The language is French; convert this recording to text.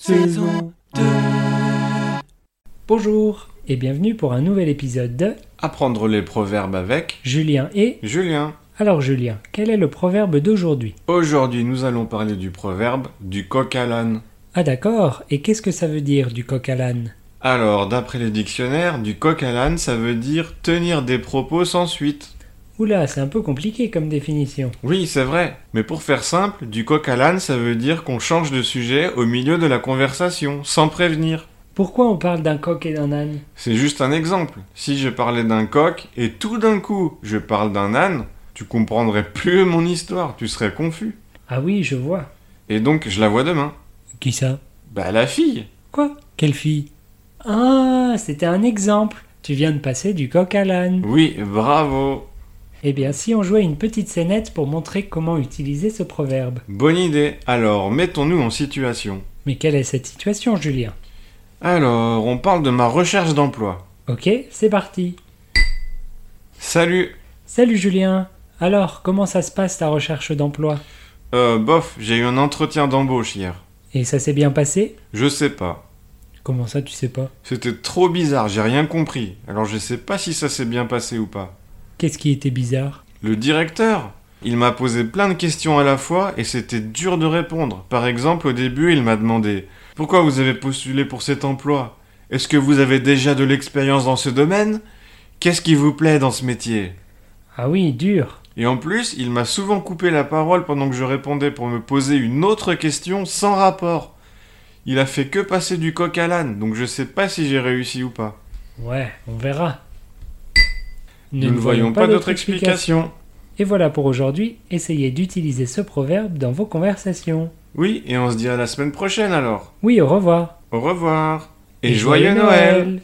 saison 2. Bonjour et bienvenue pour un nouvel épisode de Apprendre les proverbes avec Julien et... Julien. Alors Julien, quel est le proverbe d'aujourd'hui Aujourd'hui, nous allons parler du proverbe du coq à l'âne. Ah d'accord, et qu'est-ce que ça veut dire du coq à l'âne Alors, d'après les dictionnaires, du coq à l'âne, ça veut dire tenir des propos sans suite. Oula, c'est un peu compliqué comme définition. Oui, c'est vrai. Mais pour faire simple, du coq à l'âne, ça veut dire qu'on change de sujet au milieu de la conversation, sans prévenir. Pourquoi on parle d'un coq et d'un âne C'est juste un exemple. Si je parlais d'un coq et tout d'un coup je parle d'un âne, tu comprendrais plus mon histoire, tu serais confus. Ah oui, je vois. Et donc je la vois demain. Qui ça Bah la fille Quoi Quelle fille Ah, c'était un exemple. Tu viens de passer du coq à l'âne. Oui, bravo Eh bien, si on jouait une petite scénette pour montrer comment utiliser ce proverbe. Bonne idée. Alors, mettons-nous en situation. Mais quelle est cette situation, Julien Alors, on parle de ma recherche d'emploi. Ok, c'est parti. Salut Salut Julien. Alors, comment ça se passe ta recherche d'emploi Euh, bof, j'ai eu un entretien d'embauche hier. Et ça s'est bien passé Je sais pas. Comment ça, tu sais pas C'était trop bizarre, j'ai rien compris. Alors je sais pas si ça s'est bien passé ou pas. Qu'est-ce qui était bizarre Le directeur Il m'a posé plein de questions à la fois et c'était dur de répondre. Par exemple, au début, il m'a demandé Pourquoi vous avez postulé pour cet emploi Est-ce que vous avez déjà de l'expérience dans ce domaine Qu'est-ce qui vous plaît dans ce métier Ah oui, dur. Et en plus, il m'a souvent coupé la parole pendant que je répondais pour me poser une autre question sans rapport. Il a fait que passer du coq à l'âne, donc je sais pas si j'ai réussi ou pas. Ouais, on verra. Nous ne voyons pas d'autre explication. Et voilà pour aujourd'hui, essayez d'utiliser ce proverbe dans vos conversations. Oui, et on se dit à la semaine prochaine alors. Oui, au revoir. Au revoir. Et, joyeux Noël.